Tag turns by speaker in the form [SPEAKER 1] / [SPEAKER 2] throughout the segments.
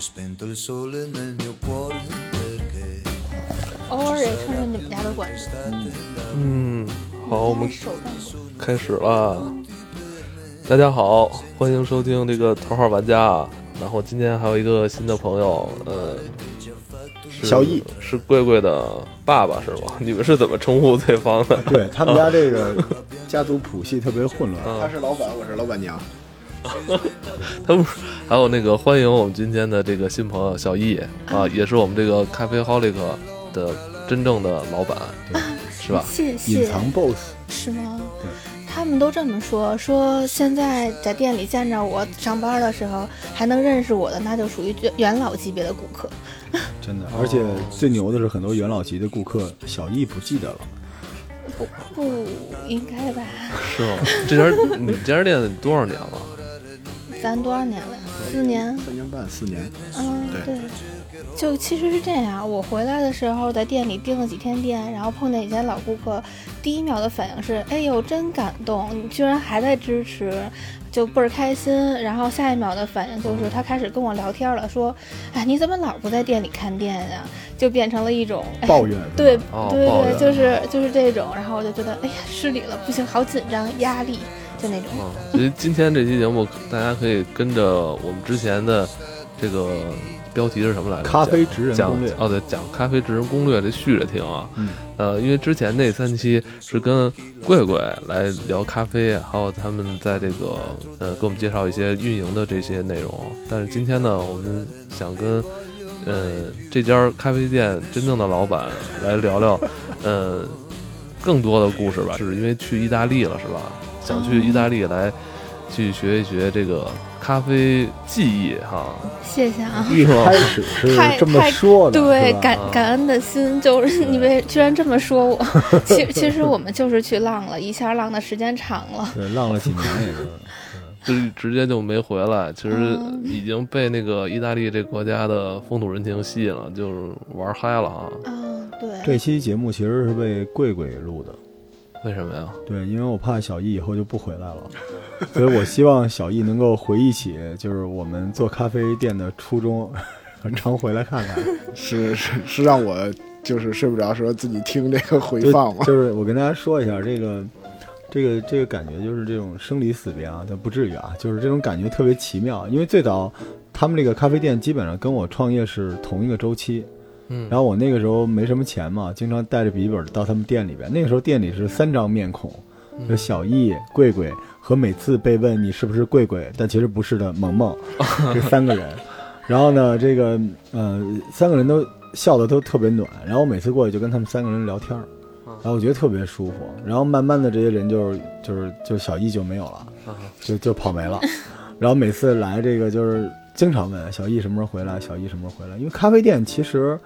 [SPEAKER 1] spento il sole nel mio cuore perché
[SPEAKER 2] 偶尔也看看你们家的管子，
[SPEAKER 3] 嗯，好，我
[SPEAKER 2] 我
[SPEAKER 3] 们
[SPEAKER 2] 手办过。
[SPEAKER 3] 开始啦！大家好，欢迎收听这个头号玩家。啊然后今天还有一个新的朋友，呃，是
[SPEAKER 4] 小易
[SPEAKER 3] 是贵贵的爸爸是吗？ 你们是怎么称呼对方的？
[SPEAKER 4] 对他们家这个家族谱系特别混乱，
[SPEAKER 3] 嗯
[SPEAKER 4] 他是老板，我是老板娘。
[SPEAKER 3] 他们还有那个欢迎我们今天的这个新朋友小易啊，也是我们这个咖啡 holic 的真正的老板，是 吧？
[SPEAKER 2] 谢
[SPEAKER 4] 隐
[SPEAKER 2] 谢，
[SPEAKER 4] 藏 BOSS，
[SPEAKER 2] 是吗？他们都这么说，说现在在店里见着我上班的时候还能认识我的，那就属于元元老级别的顾客。
[SPEAKER 4] 真
[SPEAKER 3] 哦
[SPEAKER 4] 的，而且最牛的是很多元老级的顾客，小易不记得了。
[SPEAKER 2] 不不应该吧？
[SPEAKER 3] 是吗？这家你这家店多少年了？
[SPEAKER 2] 咱多少年了？四年。
[SPEAKER 4] 三年半，四年，
[SPEAKER 2] 嗯，
[SPEAKER 4] 对
[SPEAKER 2] 对，就其实是这样。啊我回来的时候在店里订了几天店，然后碰见以前老顾客，第一秒的反应是：哎呦，真感动，你居然还在支持，就倍儿开心。然后下一秒的反应就是他开始跟我聊天了，说：哎，你怎么老不在店里看店呀？就变成了一种、哎、
[SPEAKER 4] 抱怨是吧
[SPEAKER 2] 对
[SPEAKER 3] 哦
[SPEAKER 2] 对
[SPEAKER 3] 抱
[SPEAKER 2] 对，
[SPEAKER 3] 怨
[SPEAKER 2] 就是就是这种。然后我就觉得，哎呀，失礼了，不行，好紧张，压力，就那种。
[SPEAKER 3] 啊，所以今天这期节目，大家可以跟着我们之前的这个标题是什么来着？
[SPEAKER 4] 咖啡职人
[SPEAKER 3] 讲
[SPEAKER 4] 攻略
[SPEAKER 3] 讲哦，对，讲咖啡职人攻略这续着听啊。
[SPEAKER 4] 嗯，
[SPEAKER 3] 呃，因为之前那三期是跟贵贵来聊咖啡，还有他们在这个呃给我们介绍一些运营的这些内容。但是今天呢，我们想跟呃这家咖啡店真正的老板来聊聊，呃更多的故事吧，是因为去意大利了是吧？想去意大利来去学一学这个咖啡技艺哈，
[SPEAKER 2] 谢谢啊。
[SPEAKER 4] 一开始是
[SPEAKER 2] 太
[SPEAKER 4] 这么说的，
[SPEAKER 2] 对
[SPEAKER 4] 是，吧啊
[SPEAKER 2] 感感恩的心就是你为居然这么说我， 其其实我们就是去浪了，一下浪的时间长了，
[SPEAKER 4] 对浪了几年 也是。
[SPEAKER 3] 就是直接就没回来。其实
[SPEAKER 2] 嗯
[SPEAKER 3] 已经被那个意大利这国家的风土人情吸引了，就是玩嗨了啊！
[SPEAKER 2] 嗯，对，
[SPEAKER 4] 这期节目其实是为贵贵录的，
[SPEAKER 3] 为什么呀？
[SPEAKER 4] 对，因为我怕小易以后就不回来了，所以我希望小易能够回忆起就是我们做咖啡店的初衷，很常回来看看。
[SPEAKER 5] 是是是让我就是睡不着时候自己听这个回
[SPEAKER 4] 就
[SPEAKER 5] 放嘛。
[SPEAKER 4] 就是我跟大家说一下这个。这个这个感觉就是这种生离死别啊，但不至于啊，就是这种感觉特别奇妙。因为最早他们这个咖啡店基本上跟我创业是同一个周期，
[SPEAKER 3] 嗯
[SPEAKER 4] 然后我那个时候没什么钱嘛，经常带着笔记本到他们店里边。那个时候店里是三张面孔，有小易、贵贵和每次被问你是不是贵贵，但其实不是的萌萌，这三个人。然后呢，这个呃，三个人都笑得都特别暖。然后我每次过去就跟他们三个人聊天儿，然后我觉得特别舒服。然后慢慢的，这些人就是就是就小易就没有了，就就跑没了。然后每次来这个就是经常问小易什么时候回来，小易什么时候回来，因为咖啡店其实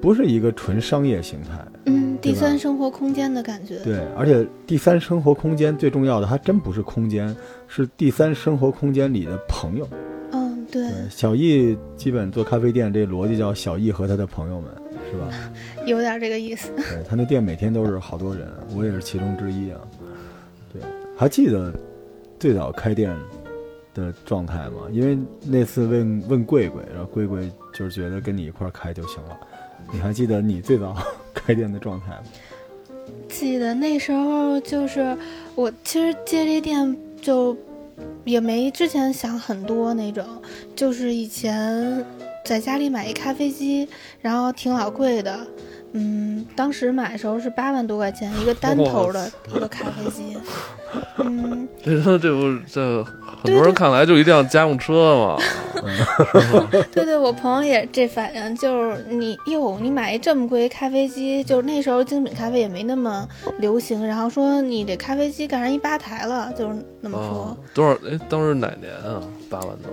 [SPEAKER 4] 不是一个纯商业形态，
[SPEAKER 2] 嗯，第
[SPEAKER 4] 对吧
[SPEAKER 2] 三生活空间的感觉，
[SPEAKER 4] 对，而且第三生活空间最重要的还真不是空间，是第三生活空间里的朋友。
[SPEAKER 2] 嗯，对，
[SPEAKER 4] 对，小易基本做咖啡店这逻辑叫小易和他的朋友们，是吧？
[SPEAKER 2] 有点这个意思，
[SPEAKER 4] 对他那店每天都是好多人，我也是其中之一啊。对，还记得最早开店的状态吗？因为那次问问贵贵，然后贵贵就是觉得跟你一块儿开就行了。你还记得你最早 开店的状态吗？
[SPEAKER 2] 记得那时候就是我其实接这店就也没之前想很多那种，就是以前在家里买一咖啡机，然后挺老贵的。嗯，当时买的时候是八万多块钱一个单头的一个咖啡机，嗯，
[SPEAKER 3] 这说这不这很多人看来就一辆家用车嘛，
[SPEAKER 2] 对对，我朋友也这反应，就是你哟，你买一这么贵咖啡机，就是那时候精品咖啡也没那么流行，然后说你这咖啡机赶上一吧台了，就是那么嗯说。
[SPEAKER 3] 啊，多少？哎，当时哪年啊？八万多。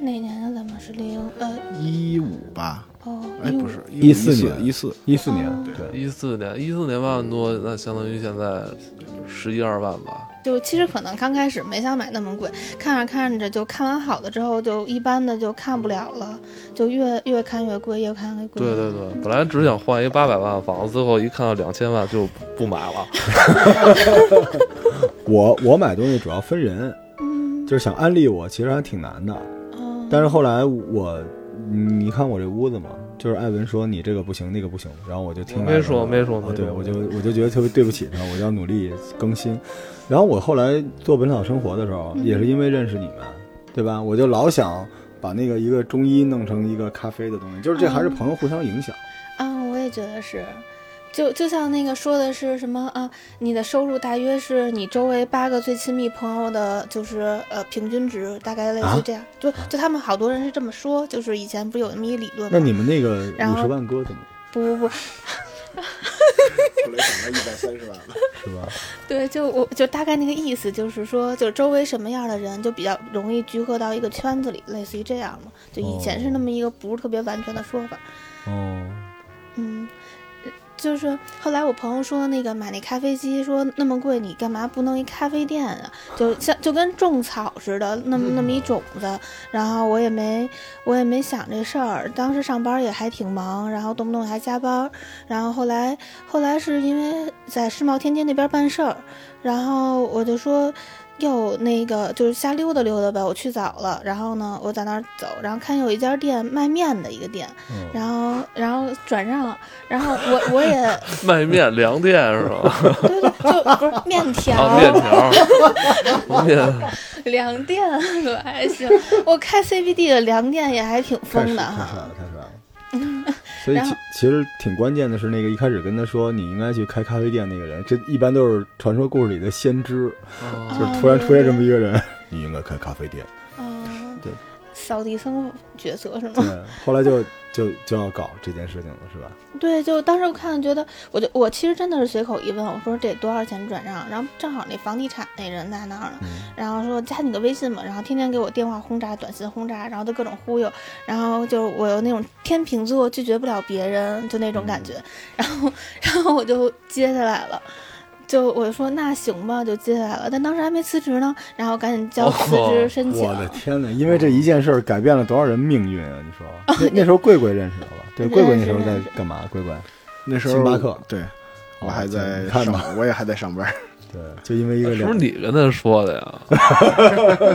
[SPEAKER 2] 那年的咱们是零呃
[SPEAKER 5] 一五吧，
[SPEAKER 2] 哦，
[SPEAKER 5] 哎，
[SPEAKER 2] 15
[SPEAKER 5] 不是
[SPEAKER 4] 14年
[SPEAKER 5] 一四
[SPEAKER 4] 一四年，
[SPEAKER 2] 哦
[SPEAKER 4] 对，
[SPEAKER 3] 一四年，一四年八万多，那相当于现在十一二万吧。
[SPEAKER 2] 就其实可能刚开始没想买那么贵，看着看着就看完好的之后，就一般的就看不了了，就越越看越贵，越看越贵。
[SPEAKER 3] 对对对，本来只想换一八百万的房子，最后一看到两千万就不买了。
[SPEAKER 4] 我我买东西主要分人，
[SPEAKER 2] 嗯，
[SPEAKER 4] 就是想安利我，其实还挺难的。
[SPEAKER 2] 哦，
[SPEAKER 4] 但是后来我，嗯你看我这屋子嘛，就是艾文说你这个不行，那个不行，然后我就听艾文
[SPEAKER 3] 没说
[SPEAKER 4] 的
[SPEAKER 3] 没说
[SPEAKER 4] 啊，
[SPEAKER 3] 没
[SPEAKER 4] 对
[SPEAKER 3] 说，
[SPEAKER 4] 我就我就觉得特别对不起他，我要努力更新。然后我后来做本草生活的时候，
[SPEAKER 2] 嗯
[SPEAKER 4] 也是因为认识你们，对吧？我就老想把那个一个中医弄成一个咖啡的东西，就是这还是
[SPEAKER 2] 嗯
[SPEAKER 4] 朋友互相影响。
[SPEAKER 2] 啊，我也觉得是，就就像那个说的是什么啊？你的收入大约是你周围八个最亲密朋友的，就是呃平均值，大概类似
[SPEAKER 4] 啊
[SPEAKER 2] 这样。就就他们好多人是这么说，就是以前不是有那么一理论吗？
[SPEAKER 4] 那你们那个
[SPEAKER 2] 然
[SPEAKER 4] 五
[SPEAKER 2] 后
[SPEAKER 4] 十万哥怎么
[SPEAKER 2] 不不不，
[SPEAKER 5] 后来涨到一百三十万了。
[SPEAKER 4] 是吧？
[SPEAKER 2] 对，就我就大概那个意思，就是说，就周围什么样的人就比较容易聚合到一个圈子里，类似于这样嘛。就以前是那么一个不是特别完全的说法，
[SPEAKER 4] 哦，
[SPEAKER 2] 嗯。就是后来我朋友说那个买那咖啡机说那么贵，你干嘛不弄一咖啡店啊？就像就跟种草似的，那么那么一种子。然后我也没我也没想这事儿，当时上班也还挺忙，然后动不动还加班。然后后来后来是因为在世贸天阶那边办事儿，然后我就说。哟，那个就是瞎溜达溜达呗，我去早了。然后呢，我在那儿走，然后看有一家店卖面的一个店，
[SPEAKER 4] 嗯
[SPEAKER 2] 然后然后转让，然后我我也
[SPEAKER 3] 卖面粮店是吧？
[SPEAKER 2] 对对，就不是面条，
[SPEAKER 3] 啊，面条， 面
[SPEAKER 2] 粮店我还行，我开 CBD 的粮店也还挺
[SPEAKER 4] 太
[SPEAKER 2] 疯
[SPEAKER 4] 帅
[SPEAKER 2] 的
[SPEAKER 4] 太帅
[SPEAKER 2] 哈。
[SPEAKER 4] 了，太帅了。 所以
[SPEAKER 2] 然
[SPEAKER 4] 其
[SPEAKER 2] 后
[SPEAKER 4] 其实挺关键的是，那个一开始跟他说你应该去开咖啡店那个人，这一般都是传说故事里的先知，
[SPEAKER 3] 哦
[SPEAKER 4] 就是
[SPEAKER 2] 啊
[SPEAKER 4] 突然
[SPEAKER 2] 对
[SPEAKER 4] 出现这
[SPEAKER 2] 对
[SPEAKER 4] 么一个人，你应该开咖啡店。
[SPEAKER 2] 嗯，
[SPEAKER 4] 对，
[SPEAKER 2] 扫地僧角色是
[SPEAKER 4] 对
[SPEAKER 2] 吗？，
[SPEAKER 4] 后来就就就要搞这件事情了，是吧？
[SPEAKER 2] 对，就当时我看觉得，我就我其实真的是随口一问，我说这多少钱转让？然后正好那房地产那人在那儿呢，
[SPEAKER 4] 嗯，
[SPEAKER 2] 然后说加你个微信吧，然后天天给我电话轰炸、短信轰炸，然后就各种忽悠，然后就我有那种天秤座拒绝不了别人，就那种感觉，
[SPEAKER 4] 嗯
[SPEAKER 2] 然后 然后我就接下来了。就我就说那行吧，就接下来了，但当时还没辞职呢，然后赶紧交辞职申请。
[SPEAKER 4] 哦嗯我的天哪！因为这一件事儿改变了多少人命运啊！你说，那那时候桂桂认识的吧？对，桂桂那时候在干嘛？桂桂，
[SPEAKER 5] 那时候
[SPEAKER 4] 星巴克
[SPEAKER 5] 对我
[SPEAKER 4] 哦
[SPEAKER 5] 还在
[SPEAKER 4] 你看吧，
[SPEAKER 5] 上，我也还在上班。
[SPEAKER 4] 对，就因为一个
[SPEAKER 3] 是不
[SPEAKER 4] 两
[SPEAKER 3] 是你跟他说的呀？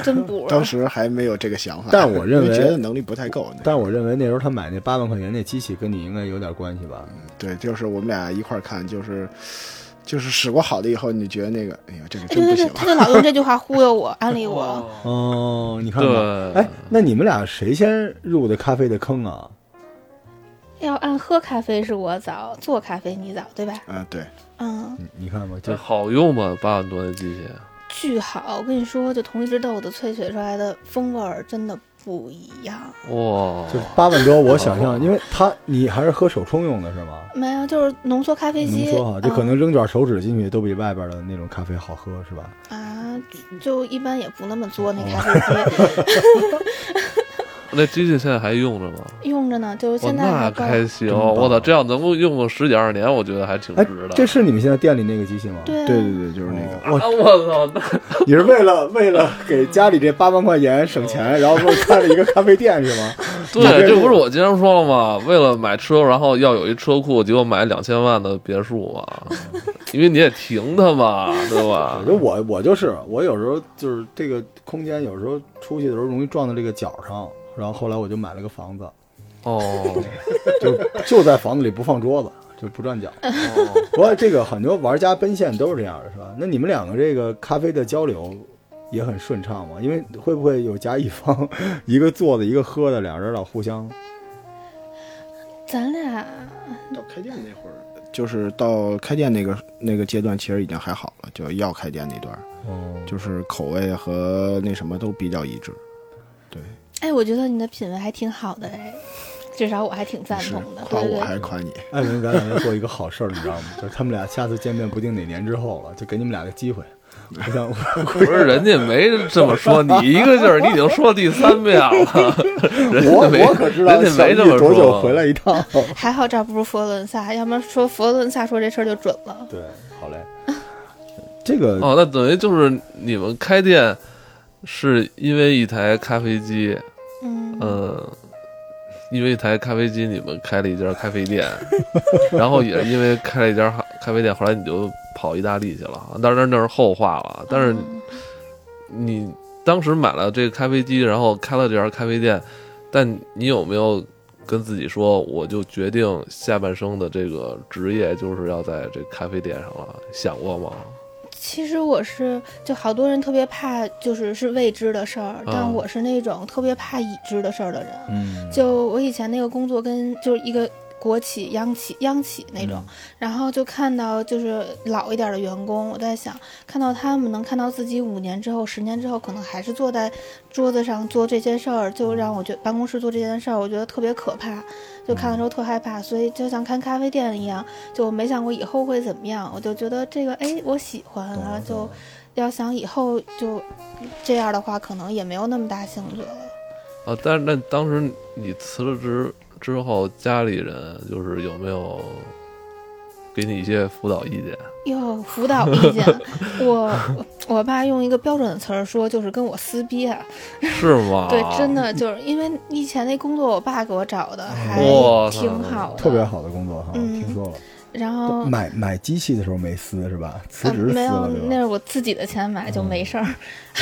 [SPEAKER 2] 真不
[SPEAKER 5] 当时还没有这个想法，
[SPEAKER 4] 但我认为
[SPEAKER 5] 因觉得能力不太够。
[SPEAKER 4] 但我认为那时候他买那八万块钱那机器跟你应该有点关系吧？
[SPEAKER 5] 对，就是我们俩一块儿看，就是就是使过好的以后，你觉得那个，哎呀，这个
[SPEAKER 2] 哎
[SPEAKER 5] 真
[SPEAKER 2] 对对
[SPEAKER 5] 不行
[SPEAKER 2] 对，
[SPEAKER 5] 啊
[SPEAKER 2] 他。就老用这句话忽悠我，安利我。
[SPEAKER 4] 哦，你看吧，
[SPEAKER 3] 对
[SPEAKER 4] 哎，，那你们俩谁先入的咖啡的坑啊？
[SPEAKER 2] 要按喝咖啡是我早，做咖啡你早，对吧？
[SPEAKER 5] 嗯，对，
[SPEAKER 2] 嗯，
[SPEAKER 4] 你你看吧，就
[SPEAKER 3] 这好用吗？八万多的机器，
[SPEAKER 2] 巨好！我跟你说，就同一只豆子萃取出来的风味儿真的不一样。
[SPEAKER 3] 哇，
[SPEAKER 4] 就八万多，我想象，因为他你还是喝手冲用的是吗？
[SPEAKER 2] 没有，就是浓缩咖啡
[SPEAKER 4] 浓
[SPEAKER 2] 机，
[SPEAKER 4] 缩哈，就可
[SPEAKER 2] 嗯
[SPEAKER 4] 能扔点手指进去都比外边的那种咖啡好喝是吧？
[SPEAKER 2] 啊，就一般也不那么做那咖啡
[SPEAKER 3] 那机器现在还用着吗？
[SPEAKER 2] 机，用着呢，就是
[SPEAKER 3] 哇，
[SPEAKER 2] 现在
[SPEAKER 3] 那
[SPEAKER 2] 还够。
[SPEAKER 3] 还行，
[SPEAKER 4] 真棒
[SPEAKER 3] 我操，这要能够用个十几二十年，我觉得还挺
[SPEAKER 4] 哎
[SPEAKER 3] 值，的。
[SPEAKER 4] 这是你们现在店里那个机器吗？
[SPEAKER 2] 对啊
[SPEAKER 5] 对对对，就是那
[SPEAKER 4] 哦，
[SPEAKER 5] 个。
[SPEAKER 3] 啊，我 操，那
[SPEAKER 4] 我你是为了为了给家里这八万块钱省钱，然后给我开了一个咖啡店是 吗？
[SPEAKER 3] 对，这不是我经常说吗？为了买车，然后要有一车库，结果买两千万的别墅嘛， 因为你也停它嘛，对吧
[SPEAKER 4] 我觉？得我我就是我有时候就是这个空间，有时候出去的时候容易撞到这个角上，然后后来我就买了个房子，
[SPEAKER 3] 哦，
[SPEAKER 4] 就就在房子里不放桌子，就不转角。不过这个很多玩家奔现都是这样的，是吧？那你们两个这个咖啡的交流也很顺畅吗？因为会不会有甲乙方， 一个做的，一个喝的，俩人老互相
[SPEAKER 2] 咱俩
[SPEAKER 5] 到开店那会儿，就是到开店那个那个阶段，其实已经还好了，就要开店那段儿，
[SPEAKER 4] 哦，
[SPEAKER 5] 就是口味和那什么都比较一致。对，
[SPEAKER 2] 哎，我觉得你的品味还挺好的哎，至少我还挺赞
[SPEAKER 5] 是
[SPEAKER 2] 同的。
[SPEAKER 5] 夸
[SPEAKER 2] 对对
[SPEAKER 5] 我
[SPEAKER 2] 对，
[SPEAKER 5] 还是夸你？
[SPEAKER 4] 艾文，咱俩要做一个好事儿，你知道吗？就是他们俩下次见面，不定哪年之后了，就给你们俩个机会。互相
[SPEAKER 3] 不是，人家没这么说，你一个劲儿，你已经说第三遍 了， 人
[SPEAKER 4] 我
[SPEAKER 3] 家没
[SPEAKER 4] 我可知道
[SPEAKER 3] 人家
[SPEAKER 4] 小
[SPEAKER 3] 没
[SPEAKER 4] 易
[SPEAKER 3] 这么
[SPEAKER 4] 多久
[SPEAKER 3] 说。
[SPEAKER 4] 回来一 趟。
[SPEAKER 2] 还好这儿不是佛罗伦萨，要不然说佛罗伦萨说这事儿就准了。
[SPEAKER 4] 对，好嘞。这个
[SPEAKER 3] 哦，那等于就是你们开店是因为一台咖啡机，
[SPEAKER 2] 嗯，
[SPEAKER 3] 嗯，因为一台咖啡机，你们开了一家咖啡 店，然后也因为开了一家咖啡店，后来你就跑意大利去了啊。当然那是后话了，但是
[SPEAKER 2] 嗯
[SPEAKER 3] 你当时买了这个咖啡机，然后开了这家咖啡店，但你有没有跟自己说，我就决定下半生的这个职业就是要在这咖啡店上了？想过吗？
[SPEAKER 2] 其实我是就好多人特别怕，就是是未知的事儿，但我是那种特别怕已知的事儿的人。
[SPEAKER 4] 嗯，
[SPEAKER 2] 就我以前那个工作跟就是一个国企、央企、央企那种，然后就看到就是老一点的员工，我在想，看到他们能看到自己五年之后、十年之后，可能还是坐在桌子上做这些事儿，就让我觉办公室做这件事儿，我觉得特别可怕，就看的时候特害怕，所以就像看咖啡店一样，就我没想过以后会怎么样，我就觉得这个哎我喜欢
[SPEAKER 4] 懂了
[SPEAKER 2] 啊，
[SPEAKER 4] 懂
[SPEAKER 2] 就
[SPEAKER 4] 了
[SPEAKER 2] 要想以后就这样的话，可能也没有那么大兴趣了。
[SPEAKER 3] 啊，但是那当时你辞了职之后，家里人就是有没有给你一些辅导意见？
[SPEAKER 2] 哟，辅导意 见，我我爸用一个标准的词儿说，就是跟我撕逼啊。
[SPEAKER 3] 是吗？
[SPEAKER 4] 啊
[SPEAKER 2] 对，真。的就是因为以前那工作，我爸给我找的还
[SPEAKER 3] 哇塞
[SPEAKER 2] 挺好的，
[SPEAKER 4] 哦特别。好的工作哈，
[SPEAKER 2] 嗯
[SPEAKER 4] 听说了。
[SPEAKER 2] 然后
[SPEAKER 4] 买买机器的时候没撕是吧？嗯辞
[SPEAKER 2] 呃
[SPEAKER 4] 职撕
[SPEAKER 2] 没有
[SPEAKER 4] 了，对
[SPEAKER 2] 那
[SPEAKER 4] 吧？
[SPEAKER 2] 是我自己的钱买就没事儿。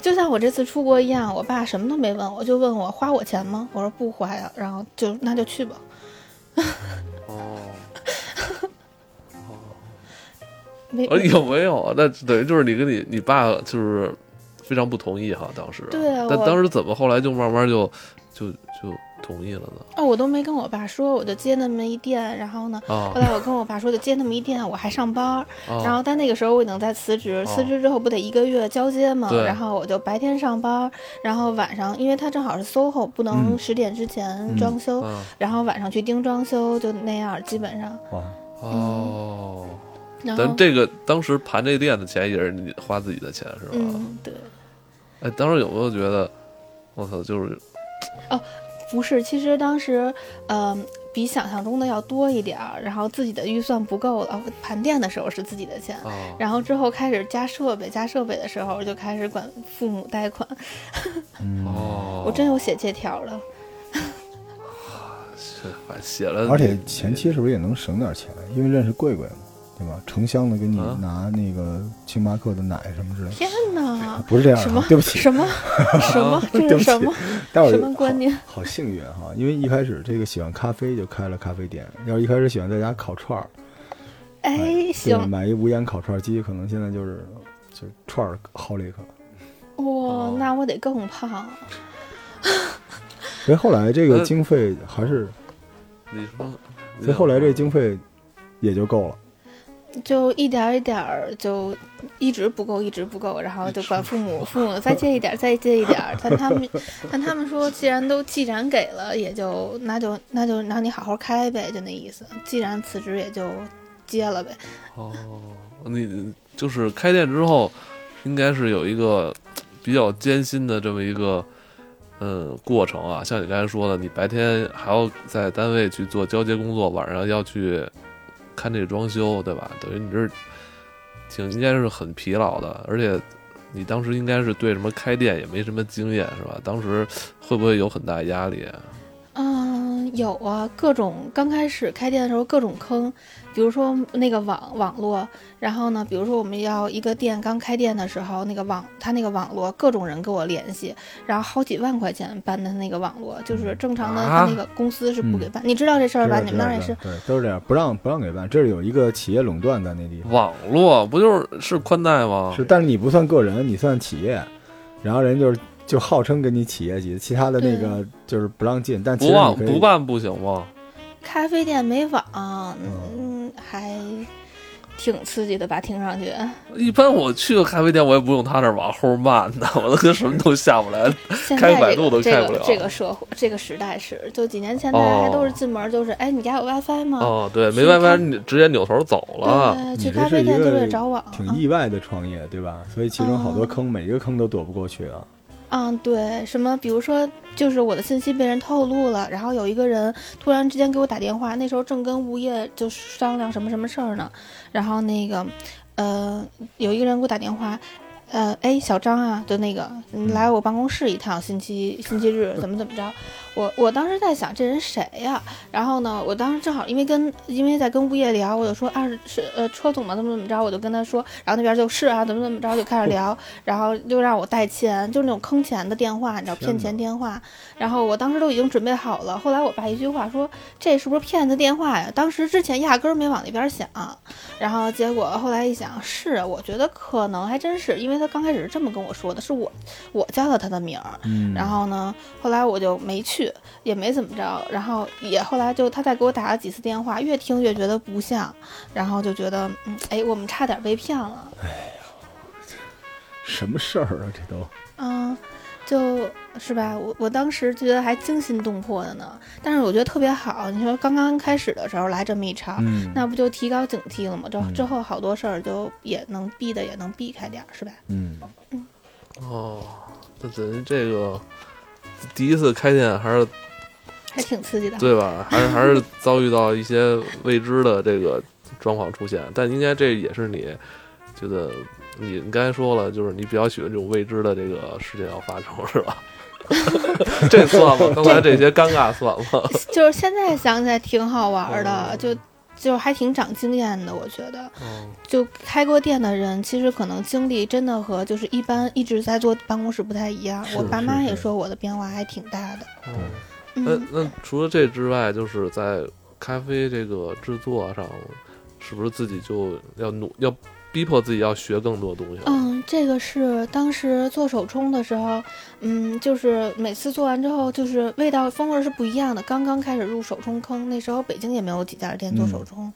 [SPEAKER 2] 就像我这次出国一样，我爸什么都没问我，就问我花我钱吗？我说不花呀，然后就那就去吧。
[SPEAKER 3] 哦，
[SPEAKER 2] 没
[SPEAKER 4] 哎
[SPEAKER 3] 呃有没有？那等于就是你跟你你爸就是非常不同意哈，当时。
[SPEAKER 2] 对啊
[SPEAKER 3] 但
[SPEAKER 2] 我
[SPEAKER 3] 当时怎么后来就慢慢就就就同意了呢？
[SPEAKER 2] 哦，我都没跟我爸说，我就接那么一店，然后呢，
[SPEAKER 4] 哦
[SPEAKER 3] 啊
[SPEAKER 2] 后来我跟我爸说就接那么一店，我还上班儿，
[SPEAKER 3] 啊！
[SPEAKER 2] 呃然后但那个时候我已经在辞职，
[SPEAKER 3] 哦
[SPEAKER 2] 辞职之后不得一个月交接嘛
[SPEAKER 3] 对，
[SPEAKER 2] 然后我就白天上班，然后晚上因为他正好是 SOHO，不
[SPEAKER 4] 嗯
[SPEAKER 2] 能十点之前装修，
[SPEAKER 3] 啊
[SPEAKER 2] 然后晚上去盯装修，就那样基本上。
[SPEAKER 4] 哇，
[SPEAKER 3] 哦，
[SPEAKER 2] 嗯然后
[SPEAKER 3] 咱这个当时盘这店的钱也是你花自己的钱是吧？
[SPEAKER 2] 嗯对，
[SPEAKER 3] 哎，当时有没有觉得，我操，就是
[SPEAKER 2] 不是，其实当时嗯、比想象中的要多一点儿，然后自己的预算不够了，呃盘店的时候是自己的钱。
[SPEAKER 3] 啊，
[SPEAKER 2] 然后之后开始加设备，加设备的时候就开始管父母贷款，
[SPEAKER 4] 嗯，
[SPEAKER 3] 哦，
[SPEAKER 2] 我真有写借条了。
[SPEAKER 3] 是反正写了，
[SPEAKER 4] 而且前期是不是也能省点钱？因为认识贵贵嘛，对吧？成箱的给你
[SPEAKER 3] 啊
[SPEAKER 4] 拿那个星巴克的奶什么之类的，
[SPEAKER 2] 天哪！
[SPEAKER 4] 不是这样
[SPEAKER 2] 什
[SPEAKER 4] 的
[SPEAKER 2] 么
[SPEAKER 4] 啊，？ 对不起，
[SPEAKER 2] 什么？什么？
[SPEAKER 4] 对
[SPEAKER 2] 这是
[SPEAKER 4] 不起
[SPEAKER 2] 什么？
[SPEAKER 4] 待会儿
[SPEAKER 2] 什么观念
[SPEAKER 4] 好好幸运哈，因为一开始这个喜欢咖啡就开了咖啡店，要是一开始喜欢在家烤串儿，
[SPEAKER 2] 哎，
[SPEAKER 4] 对，
[SPEAKER 2] 行，
[SPEAKER 4] 买一无烟烤串儿机，可能现在就是就是串儿好利克。
[SPEAKER 2] 哇，
[SPEAKER 3] 哦
[SPEAKER 2] 那我得更胖。
[SPEAKER 4] 所以后来这
[SPEAKER 3] 呃
[SPEAKER 4] 个经费还是，
[SPEAKER 3] 你说，
[SPEAKER 4] 所以后来这经费也就够了。
[SPEAKER 2] 就一点儿一点儿，就一直不够，一直不够，然后就管父母，父母再借一点儿，再借一点儿。但他们，但他们说，既然都既然给了，也就那就那就让你好好开呗，就那意思。既然辞职，也就接了呗。
[SPEAKER 3] 哦，你就是开店之后，应该是有一个比较艰辛的这么一个嗯过程啊。像你刚才说的，你白天还要在单位去做交接工作，晚上要去看这装修，对吧？等于你这儿挺应该是很疲劳的，而且。你当时应该是对什么开店也没什么经验是吧？当时会不会有很大压力？
[SPEAKER 2] 嗯，有啊，各种刚开始开店的时候各种坑，比如说那个网网络，然后呢，比如说我们要一个店刚开店的时候，那个网他那个网络各种人跟我联系，然后好几万块钱办的那个网络，就是正常的
[SPEAKER 3] 啊嗯
[SPEAKER 2] 他那个公司是不给办，你知道这事儿吧？
[SPEAKER 4] 知道
[SPEAKER 2] 你们那儿也
[SPEAKER 4] 知
[SPEAKER 2] 是
[SPEAKER 4] 道。对，都是这样，不让不让给办。这儿有一个企业垄断在那地方，
[SPEAKER 3] 网络不就是是宽带吗？
[SPEAKER 4] 是，但是你不算个人，你算企业，然后人就是就号称给你企业级，其他的那个就是不让进，但其
[SPEAKER 3] 不
[SPEAKER 4] 实
[SPEAKER 3] 忘
[SPEAKER 4] 你可以
[SPEAKER 3] 不办不行吗？
[SPEAKER 2] 咖啡店没网，嗯，还挺刺激的吧？听上 去，
[SPEAKER 3] 一般我去个咖啡店，我也不用他那网齁慢的， 我都跟什么都下不来。
[SPEAKER 2] 现
[SPEAKER 3] 开
[SPEAKER 2] 在
[SPEAKER 3] 百
[SPEAKER 2] 这
[SPEAKER 3] 度都
[SPEAKER 2] 个这
[SPEAKER 3] 开不
[SPEAKER 2] 个
[SPEAKER 3] 了
[SPEAKER 2] 这个社会这个时代是，就几年前大家还都是进门就是，哎，你家有 WiFi 吗？
[SPEAKER 3] 哦，对，没
[SPEAKER 2] 去
[SPEAKER 3] 办法，
[SPEAKER 2] 看
[SPEAKER 3] 你直接扭头走了。
[SPEAKER 2] 对，
[SPEAKER 4] 你
[SPEAKER 2] 去
[SPEAKER 4] 这
[SPEAKER 2] 咖
[SPEAKER 4] 是
[SPEAKER 2] 啡
[SPEAKER 4] 一
[SPEAKER 2] 店都
[SPEAKER 4] 个
[SPEAKER 2] 得找啊网。
[SPEAKER 4] 挺意外的创业，对吧？所以其中好
[SPEAKER 2] 哦
[SPEAKER 4] 多坑，每一个坑都躲不过去啊。
[SPEAKER 2] 嗯，对，什么比如说，就是我的信息被人透露了，然后有一个人突然之间给我打电话，那时候正跟物业就商量什么什么事儿呢，然后那个，呃，有一个人给我打电话。呃，哎，小张啊，就那个，你来我办公室一趟，星期星期日怎么怎么着？我我当时在想这人谁呀、然后呢，我当时正好因为跟因为在跟物业聊，我就说啊是呃车总嘛，怎么怎么着，我就跟他说，然后那边就是啊怎么怎么着就开始聊，然后又让我带钱，就是那种坑钱的电话，你知道骗钱电话。然后我当时都已经准备好了，后来我爸一句话说这是不是骗子电话呀？当时之前压根儿没往那边想，然后结果后来一想是，啊我觉得可能还真是，因为他刚开始是这么跟我说的，是我我叫了他的名儿，
[SPEAKER 4] 嗯，
[SPEAKER 2] 然后呢，后来我就没去，也没怎么着，然后也后来就他再给我打了几次电话，越听越觉得不像，然后就觉得，嗯，哎，我们差点被骗了，
[SPEAKER 4] 什么事儿啊？这都
[SPEAKER 2] 嗯，就是吧，我我当时觉得还惊心动魄的呢，但是我觉得特别好，你说刚刚开始的时候来这么一茬儿，
[SPEAKER 4] 嗯
[SPEAKER 2] 啊那不就提高警惕了吗？之后
[SPEAKER 4] 嗯
[SPEAKER 2] 之后好多事儿就也能避的，也能避开点儿，是吧？
[SPEAKER 4] 嗯，
[SPEAKER 3] 哦，那等于这个第一次开店还是
[SPEAKER 2] 还挺刺激的。
[SPEAKER 3] 对吧？还是还是遭遇到一些未知的这个状况出现，但应该这也是你觉得你你刚才说了，就是你比较喜欢这种未知的这个事件要发生，是吧？ 这算吗？刚才这些尴尬算吗？
[SPEAKER 2] 就是现在想起来挺好玩儿的，
[SPEAKER 4] 嗯
[SPEAKER 2] 就就还挺长经验的，我觉得。
[SPEAKER 3] 嗯
[SPEAKER 2] 就开过店的人，其实可能经历真的和就是一般一直在坐办公室不太一样。
[SPEAKER 4] 是
[SPEAKER 2] 我爸妈
[SPEAKER 4] 是
[SPEAKER 2] 也
[SPEAKER 4] 是呃
[SPEAKER 2] 说我的变化还挺大的。
[SPEAKER 3] 嗯那
[SPEAKER 2] 嗯，
[SPEAKER 3] 那除了这之外，就是在咖啡这个制作上，是不是自己就要努要逼迫自己要学更多东西了？
[SPEAKER 2] 嗯，这个是当时做手冲的时候，嗯，就是每次做完之后，就是味道风味是不一样的。刚刚开始入手冲坑，那时候北京也没有几家店做
[SPEAKER 3] 嗯
[SPEAKER 2] 手冲，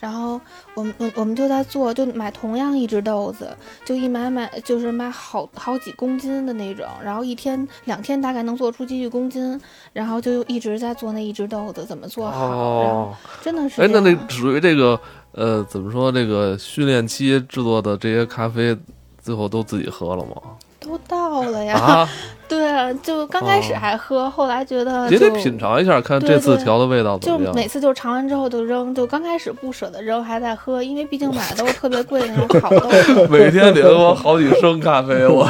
[SPEAKER 2] 然后我们我我们就在做，就买同样一只豆子，就一买买就是买好好几公斤的那种，然后一天两天大概能做出几几公斤，然后就一直在做那一只豆子怎么做好，然后
[SPEAKER 3] 哦，
[SPEAKER 2] 真的是
[SPEAKER 3] 哎，
[SPEAKER 2] 这
[SPEAKER 3] 那那
[SPEAKER 2] 样
[SPEAKER 3] 属于这个呃，怎么说？这个训练期制作的这些咖啡，最后都自己喝了吗？
[SPEAKER 2] 都到了呀，
[SPEAKER 3] 啊，
[SPEAKER 2] 对啊，就刚开始
[SPEAKER 3] 哦
[SPEAKER 2] 还喝，后来觉得
[SPEAKER 3] 也得
[SPEAKER 2] 就
[SPEAKER 3] 品尝一下，看
[SPEAKER 2] 对
[SPEAKER 3] 这次
[SPEAKER 2] 对
[SPEAKER 3] 调的味道怎
[SPEAKER 2] 就
[SPEAKER 3] 么样。
[SPEAKER 2] 每次就尝完之后就扔，就刚开始不舍得扔，还在喝，因为毕竟买的都是特别贵的 那种好豆腐，
[SPEAKER 3] 每天得喝好几升咖啡，我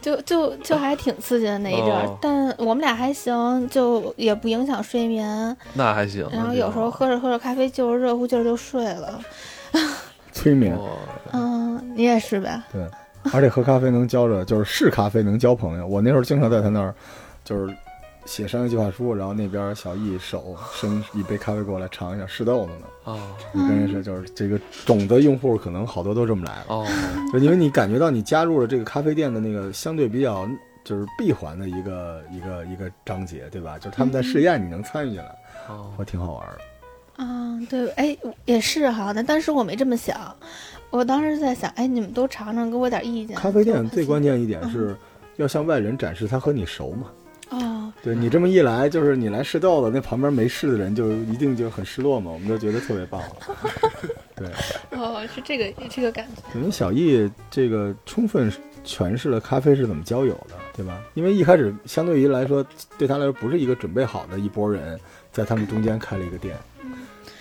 [SPEAKER 2] 就就就还挺刺激的那一阵儿
[SPEAKER 3] 哦。
[SPEAKER 2] 但我们俩还行，就也不影响睡眠。
[SPEAKER 3] 那还
[SPEAKER 4] 嗯
[SPEAKER 3] 行。
[SPEAKER 2] 然后有时
[SPEAKER 4] 哦
[SPEAKER 2] 候喝着喝着咖啡就是热乎劲儿就睡了。
[SPEAKER 4] 催眠。
[SPEAKER 3] 哦，
[SPEAKER 2] 嗯，你也是呗？
[SPEAKER 4] 对，而且喝咖啡能交着，就是是咖啡能交朋友。我那时候经常在他那儿，就是写商业计划书，然后那边小易手伸一杯咖啡过来尝一下，试豆子呢。
[SPEAKER 3] 哦
[SPEAKER 4] 你跟人说，就是这个懂得用户可能好多都这么来了，
[SPEAKER 3] 哦，
[SPEAKER 4] 就因为你感觉到你加入了这个咖啡店的那个相对比较就是闭环的一个一个一个章节，对吧？就是他们在试验，你能参与进来，
[SPEAKER 3] 哦
[SPEAKER 4] 我挺好玩的。
[SPEAKER 2] 嗯，对，哎，也是哈。那当时我没这么想，我当时在想，哎，你们都尝尝，给我点意见。
[SPEAKER 4] 咖啡店最关键一点是要向外人展示他和你熟嘛。
[SPEAKER 2] 哦，
[SPEAKER 4] 对你这么一来，就是你来试豆子，那旁边没试的人就一定就很失落嘛，我们就觉得特别棒。 对，
[SPEAKER 2] 哦，是这个这个感觉。
[SPEAKER 4] 因为小易这个充分诠释了咖啡是怎么交友的，对吧？因为一开始相对于来说，对他来说不是一个准备好的一拨人，在他们中间开了一个店，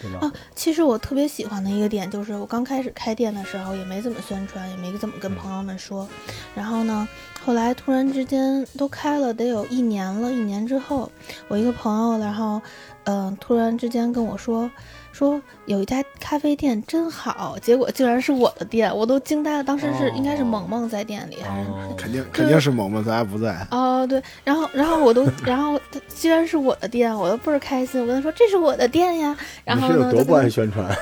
[SPEAKER 4] 对吧？
[SPEAKER 2] 啊其实我特别喜欢的一个点就是，我刚开始开店的时候也没怎么宣传，也没怎么
[SPEAKER 4] 嗯
[SPEAKER 2] 跟朋友们说。然后呢，后来突然之间都开了得有一年了，一年之后，我一个朋友，然后嗯、呃突然之间跟我说。说有一家咖啡店真好，结果竟然是我的店，我都惊呆了。当时是、
[SPEAKER 3] 哦
[SPEAKER 2] 应该是萌萌在店里，还是
[SPEAKER 4] 哦
[SPEAKER 5] 肯定肯定是萌萌，咱俩不在。
[SPEAKER 2] 哦，对，然后然后我 都，然后他居然是我的店，我都倍儿开心。我跟他说这是我的店呀，然
[SPEAKER 4] 你
[SPEAKER 2] 后
[SPEAKER 4] 是有
[SPEAKER 2] 呢，
[SPEAKER 4] 多
[SPEAKER 2] 就
[SPEAKER 4] 不
[SPEAKER 2] 跟
[SPEAKER 4] 爱
[SPEAKER 2] 他
[SPEAKER 4] 宣传？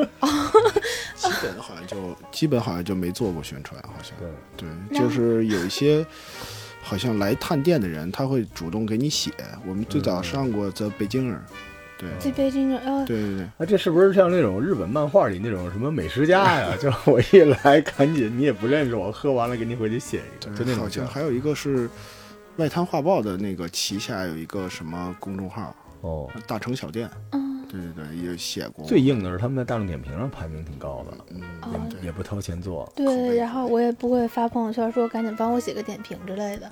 [SPEAKER 5] 基本好像就基本好像就没做过宣传，好像
[SPEAKER 4] 对，
[SPEAKER 5] 对，
[SPEAKER 2] 那
[SPEAKER 5] 就是有一些好像来探店的人，他会主动给你写。我们最
[SPEAKER 4] 嗯
[SPEAKER 5] 早上过《The Beginner》，对
[SPEAKER 2] 这杯金牛，哦，
[SPEAKER 5] 对对对，
[SPEAKER 4] 啊，这是不是像那种日本漫画里那种什么美食家呀？ 就我一来，赶紧你也不认识我，喝完了给你回去写一个，就那
[SPEAKER 5] 对
[SPEAKER 4] 种
[SPEAKER 5] 好
[SPEAKER 4] 劲
[SPEAKER 5] 像
[SPEAKER 4] 儿
[SPEAKER 5] 还有一个是外滩画报的那个旗下有一个什么公众号
[SPEAKER 4] 哦。
[SPEAKER 5] “大城小店
[SPEAKER 2] 嗯”，
[SPEAKER 5] 对对对，也写过。
[SPEAKER 4] 最硬的是他们在大众点评上排名挺高的，
[SPEAKER 5] 嗯，
[SPEAKER 2] 哦
[SPEAKER 4] 也也不掏钱做。
[SPEAKER 5] 口碑
[SPEAKER 2] 对，然后我也不会发朋友圈说赶紧帮我写个点评之类的，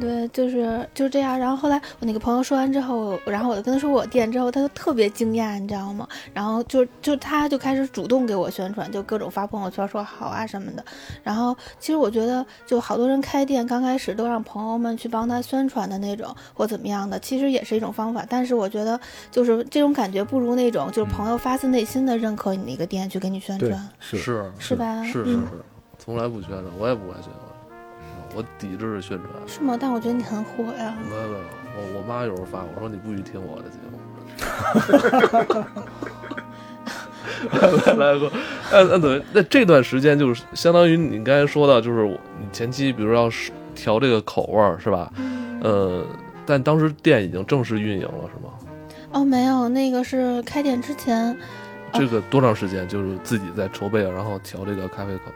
[SPEAKER 2] 对，就是就这样。然后后来我那个朋友说完之后，然后我就跟他说我店之后，他就特别惊讶，你知道吗？然后就就他就开始主动给我宣传，就各种发朋友圈说好啊什么的。然后其实我觉得，就好多人开店刚开始都让朋友们去帮他宣传的那种或怎么样的，其实也是一种方法。但是我觉得，就是这种感觉不如那种就是朋友发自内心的认可你的一个店去给你宣
[SPEAKER 4] 对
[SPEAKER 2] 传，
[SPEAKER 4] 是
[SPEAKER 3] 是
[SPEAKER 2] 嗯是吧？
[SPEAKER 3] 是是
[SPEAKER 2] 嗯
[SPEAKER 3] 是，从来不宣传，我也不爱宣传，嗯我抵制宣传。
[SPEAKER 2] 是吗？但我觉得你很火呀。
[SPEAKER 3] 没有没有，我我妈有时候发我说你不许听我的节目。 来过，那那等于那这段时间就是相当于你刚才说到，就是我你前期比如要是调这个口味儿是吧？
[SPEAKER 2] 嗯
[SPEAKER 3] 呃，但当时店已经正式运营了是吗？
[SPEAKER 2] 哦，没有，那个是开店之前，
[SPEAKER 3] 这个多长时间就是自己在筹备，然后调这个咖啡口味？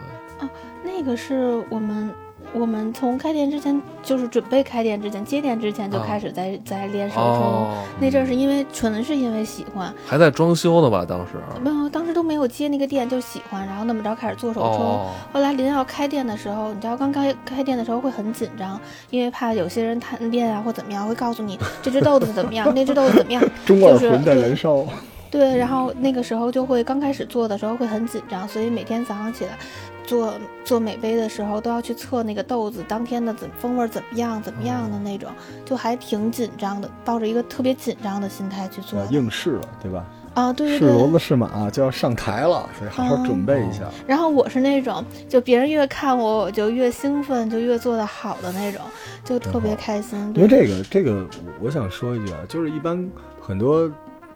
[SPEAKER 2] 那个是我们我们从开店之前，就是准备开店之前、接店之前就
[SPEAKER 3] 啊
[SPEAKER 2] 开始在、在练手冲。
[SPEAKER 3] 哦，
[SPEAKER 2] 那阵儿是因为纯是因为喜欢，
[SPEAKER 3] 还在装修呢吧？当时啊
[SPEAKER 2] 没有当时都没有接那个店就喜欢，然后那么着开始做手冲。
[SPEAKER 3] 哦，
[SPEAKER 2] 后来临要开店的时候，你知道刚开开店的时候会很紧张，因为怕有些人探店啊或怎么样，会告诉你这只豆子怎么样，那只豆子怎么样，
[SPEAKER 4] 中
[SPEAKER 2] 二魂在燃
[SPEAKER 4] 烧，嗯
[SPEAKER 2] 对，然后那个时候就会刚开始做的时候会很紧张，所以每天早上起来做做美杯的时候都要去测那个豆子当天的怎风味儿怎么样怎么样
[SPEAKER 4] 哦
[SPEAKER 2] 的那种，就还挺紧张的，抱着一个特别紧张的心态去做的
[SPEAKER 4] 应试了，对吧？
[SPEAKER 2] 啊，对
[SPEAKER 4] 啊是
[SPEAKER 2] 对哦
[SPEAKER 4] 骡
[SPEAKER 2] 对。
[SPEAKER 4] 子是马就要上台了，所以好好准备一下。
[SPEAKER 2] 然后我是那种就别人越看我我就越兴奋，就越做得好的那种，就特别
[SPEAKER 4] 好
[SPEAKER 2] 开心。
[SPEAKER 4] 因为
[SPEAKER 2] 对，
[SPEAKER 4] 哦这个，这个我我想说一句啊，就是一般很多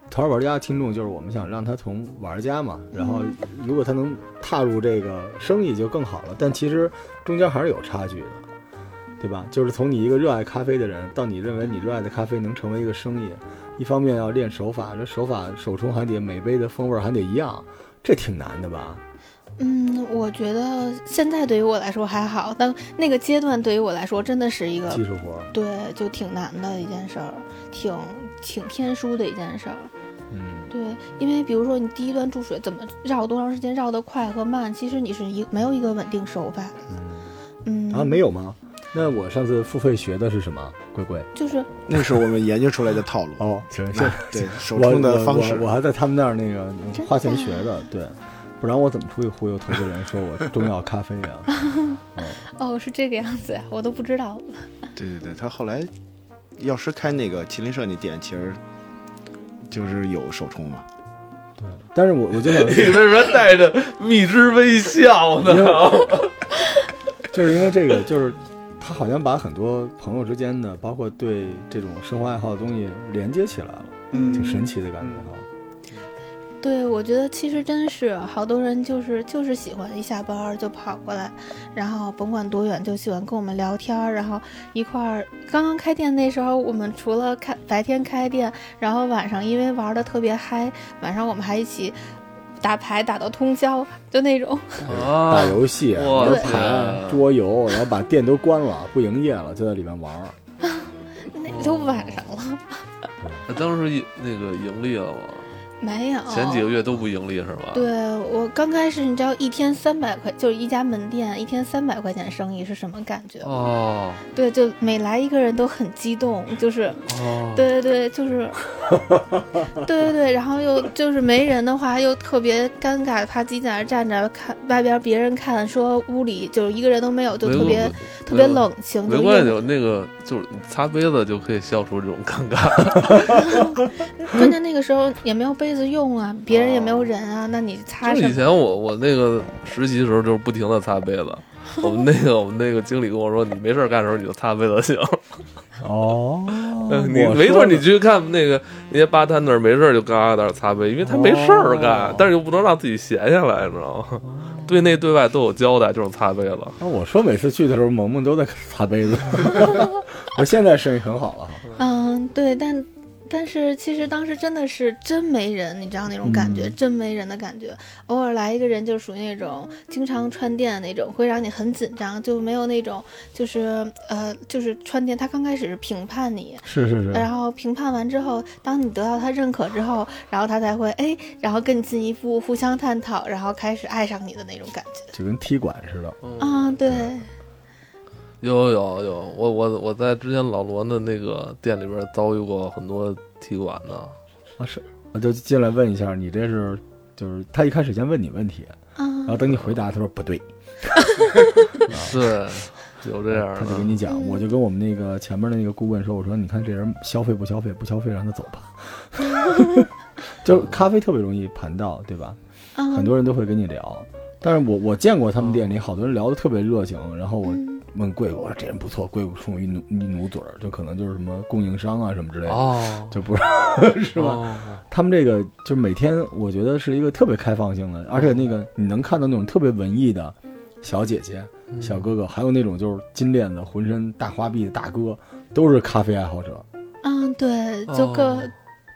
[SPEAKER 4] 桃花玩家听众，就是我们想让他从玩家嘛，然后
[SPEAKER 2] 嗯
[SPEAKER 4] 如果他能踏入这个生意就更好了。但其实中间还是有差距的，对吧？就是从你一个热爱咖啡的人，到你认为你热爱的咖啡能成为一个生意，一方面要练手法，这手法手冲还得每杯的风味还得一样，这挺难的吧？
[SPEAKER 2] 嗯，我觉得现在对于我来说还好，但那个阶段对于我来说真的是一个
[SPEAKER 4] 技术活儿，
[SPEAKER 2] 对，就挺难的一件事儿，挺挺天书的一件事儿。
[SPEAKER 4] 嗯，
[SPEAKER 2] 对，因为比如说你第一段注水怎么绕多长时间，绕得快和慢，其实你是一没有一个稳定手法。嗯，
[SPEAKER 4] 啊，没有吗？那我上次付费学的是什么？贵贵
[SPEAKER 2] 就是
[SPEAKER 5] 那是我们研究出来的套路。
[SPEAKER 4] 哦，行，
[SPEAKER 5] 那
[SPEAKER 4] 行。
[SPEAKER 5] 对手
[SPEAKER 4] 我
[SPEAKER 5] 冲的方式
[SPEAKER 4] 我我，我还在他们那儿那个
[SPEAKER 2] 真
[SPEAKER 4] 花钱
[SPEAKER 2] 的
[SPEAKER 4] 学的，对，不然我怎么出去忽悠投资人说我中药咖啡啊？
[SPEAKER 2] 哦，是这个样子呀，我都不知道。
[SPEAKER 5] 对对对，他后来药师开那个麒麟社那店，其实就是有手冲嘛。
[SPEAKER 4] 对，但是我我就想，
[SPEAKER 3] 你为什么带着蜜汁微笑呢？
[SPEAKER 4] 就是因为 这个，就是他好像把很多朋友之间的，包括对这种生活爱好的东西连接起来了，嗯
[SPEAKER 2] 嗯
[SPEAKER 4] 挺神奇的感觉哈。
[SPEAKER 2] 对，我觉得其实真是好多人就是就是喜欢一下班儿就跑过来，然后甭管多远就喜欢跟我们聊天儿，然后一块儿。刚刚开店那时候，我们除了开白天开店，然后晚上因为玩的特别嗨，晚上我们还一起打牌打到通宵，就那种。
[SPEAKER 3] 啊
[SPEAKER 4] 打游戏、
[SPEAKER 3] 哇
[SPEAKER 4] 玩
[SPEAKER 3] 塞
[SPEAKER 4] 牌、桌游，然后把店都关了，不营业了，就在里面玩儿。
[SPEAKER 2] 那都晚上了，
[SPEAKER 3] 当时一那个盈利了吗？
[SPEAKER 2] 没有。
[SPEAKER 3] 前几个月都不盈利是
[SPEAKER 2] 哦
[SPEAKER 3] 吧？，
[SPEAKER 2] 对我刚开始，你知道一天三百块，就是一家门店一天三百块钱生意是什么感觉？
[SPEAKER 3] 哦
[SPEAKER 2] 对，就每来一个人都很激动，就是
[SPEAKER 3] 哦，
[SPEAKER 2] 对对对，就是，对对对，然后又就是没人的话，又特别尴尬，怕自己在那儿站着看外边别人看，说屋里就是一个人都没有，就
[SPEAKER 3] 没
[SPEAKER 2] 特
[SPEAKER 3] 关
[SPEAKER 2] 别
[SPEAKER 3] 系
[SPEAKER 2] 特别冷清。
[SPEAKER 3] 没
[SPEAKER 2] 就
[SPEAKER 3] 关系，
[SPEAKER 2] 又
[SPEAKER 3] 就那个就是你擦杯子就可以消除这种尴尬。
[SPEAKER 2] 关键那个时候也没有杯子用啊，别人也没有人啊，那你擦
[SPEAKER 3] 就是
[SPEAKER 2] 什
[SPEAKER 3] 以
[SPEAKER 2] 么？
[SPEAKER 3] 前我我那个实习的时候就是不停的擦杯子，我们那个我们那个经理跟我说，你没事儿干的时候你就擦杯子行。
[SPEAKER 4] 哦
[SPEAKER 3] 嗯你没准你去看那个那些吧摊那儿没事儿就嘎嘎在那儿擦杯，因为他没事儿干
[SPEAKER 4] 哦，
[SPEAKER 3] 但是又不能让自己闲下来，你知道吗？ 对内对外都有交代，就是擦杯子。
[SPEAKER 4] 那我说每次去的时候，萌 萌都在擦杯子。我现在生意很好了哈，啊
[SPEAKER 2] 嗯，对，但但是其实当时真的是真没人，你知道那种感觉，
[SPEAKER 4] 嗯
[SPEAKER 2] 真没人的感觉。偶尔来一个人，就属于那种经常串店的那种，会让你很紧张，就没有那种就是呃就是串店，他刚开始是评判你，
[SPEAKER 4] 是是是，
[SPEAKER 2] 然后评判完之后，当你得到他认可之后，然后他才会哎，然后更进一步互相探讨，然后开始爱上你的那种感觉。
[SPEAKER 4] 就跟踢馆似的。
[SPEAKER 2] 啊、对，
[SPEAKER 3] 有有有，我我我在之前老罗的那个店里边遭遇过很多踢馆的，
[SPEAKER 4] 啊是，我就进来问一下，你这是就是他一开始先问你问题，
[SPEAKER 2] 嗯
[SPEAKER 4] 然后等你回答，他说不对，
[SPEAKER 3] 啊 对，有这样
[SPEAKER 4] 他就
[SPEAKER 3] 的
[SPEAKER 4] 跟，你讲，
[SPEAKER 2] 嗯
[SPEAKER 4] 我就跟我们那个前面的那个顾问说，我说你看这人消费不消费，不消费让他走 吧。就是咖啡特别容易盘道，对吧？
[SPEAKER 2] 嗯，
[SPEAKER 4] 很多人都会跟你聊，但是我我见过他们店里好多人聊得特别热情，然后我
[SPEAKER 2] 哦嗯
[SPEAKER 4] 问贵我说这人不错，贵我冲我一努一努嘴儿，就可能就是什么供应商啊什么之类的，
[SPEAKER 3] 哦，
[SPEAKER 4] 就不是是吧？
[SPEAKER 3] 吧？
[SPEAKER 4] 他们这个就是每天，我觉得是一个特别开放性的，而且那个你能看到那种特别文艺的小姐姐、
[SPEAKER 3] 嗯
[SPEAKER 4] 小哥哥，还有那种就是金链子、浑身大花臂的大哥，都是咖啡爱好者。
[SPEAKER 2] 嗯，对，就各、
[SPEAKER 3] 哦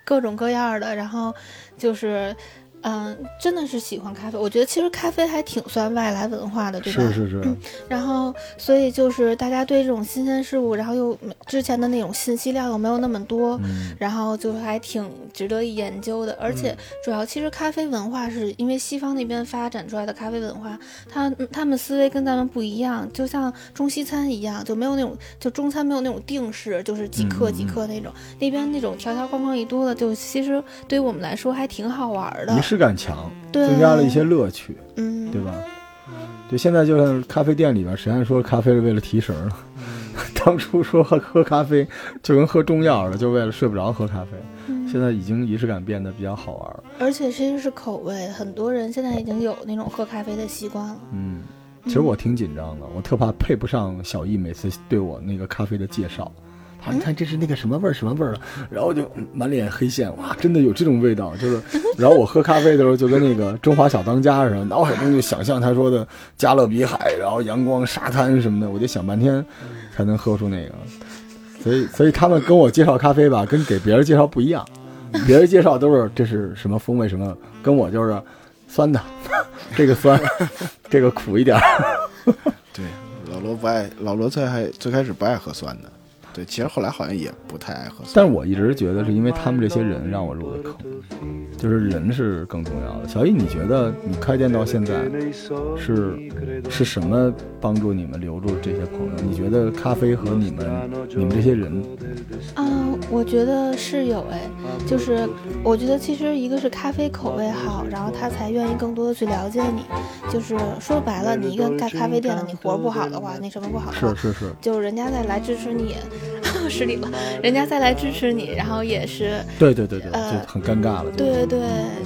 [SPEAKER 2] 各种各样的，然后就是，嗯，真的是喜欢咖啡。我觉得其实咖啡还挺算外来文化的，对吧？嗯
[SPEAKER 4] 是是是，
[SPEAKER 2] 然后，所以就是大家对这种新鲜事物，然后又没之前的那种信息量又没有那么多，
[SPEAKER 4] 嗯，
[SPEAKER 2] 然后就还挺值得一研究的。而且主要其实咖啡文化是因为西方那边发展出来的咖啡文化，他他们思维跟咱们不一样，就像中西餐一样，就没有那种就中餐没有那种定式，就是几克
[SPEAKER 4] 嗯嗯
[SPEAKER 2] 几克那种。那边那种条条框框一多的，就其实对于我们来说还挺好玩的
[SPEAKER 4] 仪，式感强，
[SPEAKER 2] 对，
[SPEAKER 4] 增加了一些乐趣，
[SPEAKER 2] 嗯，
[SPEAKER 4] 对吧？就现在就像咖啡店里边，谁还说咖啡是为了提神儿呢？
[SPEAKER 2] 嗯
[SPEAKER 4] 当初说喝喝咖啡就跟喝中药似的，就为了睡不着喝咖啡。
[SPEAKER 2] 嗯
[SPEAKER 4] 现在已经仪式感变得比较好玩儿了。
[SPEAKER 2] 而且其实是口味，很多人现在已经有那种喝咖啡的习惯了。
[SPEAKER 4] 嗯，其实我挺紧张的，我特怕配不上小易每次对我那个咖啡的介绍。他说：“你看这是那个什么味儿，什么味儿了？”然后就满脸黑线，哇，真的有这种味道，就是。 然后我喝咖啡的时候，就跟那个《中华小当家》似的，脑海中就想象他说的加勒比海，然后阳光、沙滩什么的，我就想半天才能喝出那个。所以， 所以他们跟我介绍咖啡吧，跟给别人介绍不一样。别人介绍都是这是什么风味什么，跟我就是酸的， 这个酸，这个苦一点儿。
[SPEAKER 5] 对，老罗不爱，老罗最还最开始不爱喝酸的，对，其实后来好像也不太爱喝酸。
[SPEAKER 4] 但是我一直觉得是因为他们这些人让我入的坑，就是人是更重要的。小易，你觉得你开店到现在是是什么帮助你们留住这些朋友？你觉得咖啡和你们你们这些人，
[SPEAKER 2] 嗯，我觉得是有哎，就是我觉得其实一个是咖啡口味好，然后他才愿意更多的去了解你。就是说白了，你一个干咖啡店的，你活儿不好的话，那什么不好的话
[SPEAKER 4] 是，是是，
[SPEAKER 2] 就人家再来支持你， 失礼了，人家再来支持你，然后也是
[SPEAKER 4] 对对对对，
[SPEAKER 2] 呃
[SPEAKER 4] 就很尴尬了。就
[SPEAKER 2] 对对，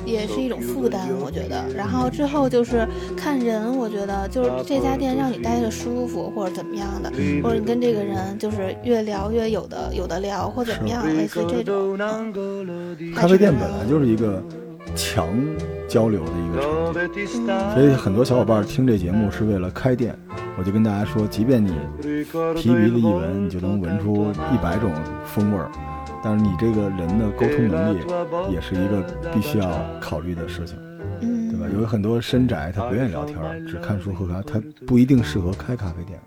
[SPEAKER 2] 也是一种负担，我觉得。然后之后就是看人，我觉得就是这家店让你待着舒服，或者怎么样的，或者你跟这个人就是越聊越有的有的聊，或怎么样，类似于这种。嗯
[SPEAKER 4] 咖啡店本来就是一个强交流的一个场地。所以很多小伙伴听这节目是为了开店，我就跟大家说，即便你提鼻子一闻，你就能闻出一百种风味儿，但是你这个人的沟通能力也是一个必须要考虑的事情，
[SPEAKER 2] 嗯
[SPEAKER 4] 对吧？有很多深宅他不愿意聊天儿，只看书喝咖，他不一定适合开咖啡店。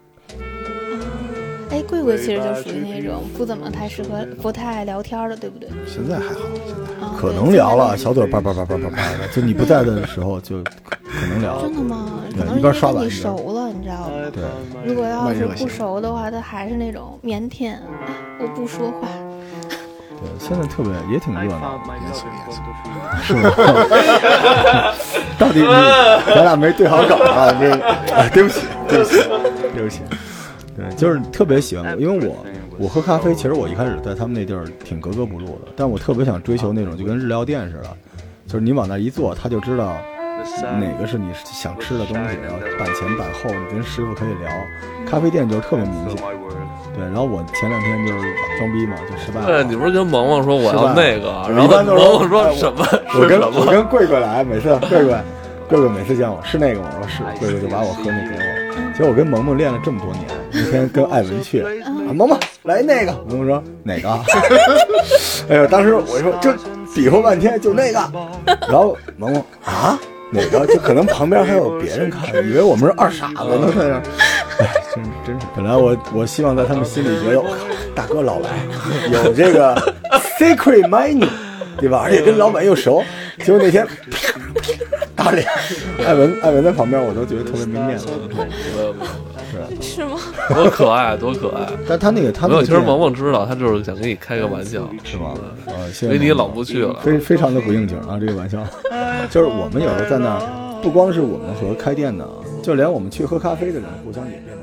[SPEAKER 2] 哎，贵贵其实就属于那种不怎么太适合、不太爱聊天的，对不对？
[SPEAKER 5] 现在还好，现在
[SPEAKER 2] 啊
[SPEAKER 4] 可
[SPEAKER 2] 对
[SPEAKER 4] 能聊了，小嘴叭叭叭叭叭叭的，就你不在的时候就可能聊。
[SPEAKER 2] 真的吗？
[SPEAKER 4] 对
[SPEAKER 2] 可能
[SPEAKER 4] 一边
[SPEAKER 2] 是
[SPEAKER 4] 刷
[SPEAKER 2] 因
[SPEAKER 4] 碗
[SPEAKER 2] 为
[SPEAKER 4] 一
[SPEAKER 2] 你
[SPEAKER 4] 边
[SPEAKER 2] 熟了，你知道吗？
[SPEAKER 4] 对，
[SPEAKER 2] 如果要
[SPEAKER 5] 慢
[SPEAKER 2] 是
[SPEAKER 5] 热型
[SPEAKER 2] 不熟的话，他还是那种腼腆，哎我不说话。
[SPEAKER 4] 对，现在特别也挺热闹。
[SPEAKER 5] yes, yes.
[SPEAKER 4] 是吗？ 到底你咱俩没对好稿啊？这啊，对不起，对不起，对不起。对，就是特别喜欢，因为我我喝咖啡，其实我一开始在他们那地儿挺格格不入的，但我特别想追求那种就跟日料店似的，就是你往那一坐，他就知道哪个是你想吃的东西，然后板前板后，你跟师傅可以聊。咖啡店就是特别明显，对。然后我前两天就是装逼嘛，就失败了
[SPEAKER 3] 对，。哎你不是跟萌萌说我
[SPEAKER 4] 是吧
[SPEAKER 3] 要那个，
[SPEAKER 4] 我
[SPEAKER 3] 然后
[SPEAKER 4] 一般都是
[SPEAKER 3] 萌萌
[SPEAKER 4] 哎
[SPEAKER 3] 说
[SPEAKER 4] 我
[SPEAKER 3] 什么
[SPEAKER 4] 我
[SPEAKER 3] 是
[SPEAKER 4] 跟
[SPEAKER 3] 什
[SPEAKER 4] 我
[SPEAKER 3] 么？
[SPEAKER 4] 跟贵贵来，每次贵贵贵贵每次见我是那个吗？我说
[SPEAKER 3] 哎
[SPEAKER 4] 是，贵贵就把我喝那给我。其实我跟萌萌练了这么多年，那天跟艾文
[SPEAKER 3] 哎
[SPEAKER 4] 去，啊，萌萌来那个，萌萌说哪个？ 哎呦，当时我说就比划半天就那个，然后萌萌啊哪个？就可能旁边还有别人看，以为我们是二傻子 呢在那儿。哎，真是真是，本来我我希望在他们心里 觉得，我靠，大哥老来有这个 secret money，对吧？而且跟老板又 熟，结果那天啪啪打脸，艾文艾文在旁边，我都觉得特别没面子。
[SPEAKER 2] 是吗？
[SPEAKER 3] 多可爱，多可爱！
[SPEAKER 4] 但他那个他
[SPEAKER 3] 没有，
[SPEAKER 4] 那个
[SPEAKER 3] 其实
[SPEAKER 4] 店
[SPEAKER 3] 萌萌知道，他就是想跟你开个玩笑，
[SPEAKER 4] 是吗？呃，谢谢
[SPEAKER 3] 维尼
[SPEAKER 4] 萌萌
[SPEAKER 3] 老不去了。
[SPEAKER 4] 非非常的不应景啊，这个玩笑， 就是我们有时候在那儿，不光是我们和开店的，啊，就连我们去喝咖啡的人，互相也变得。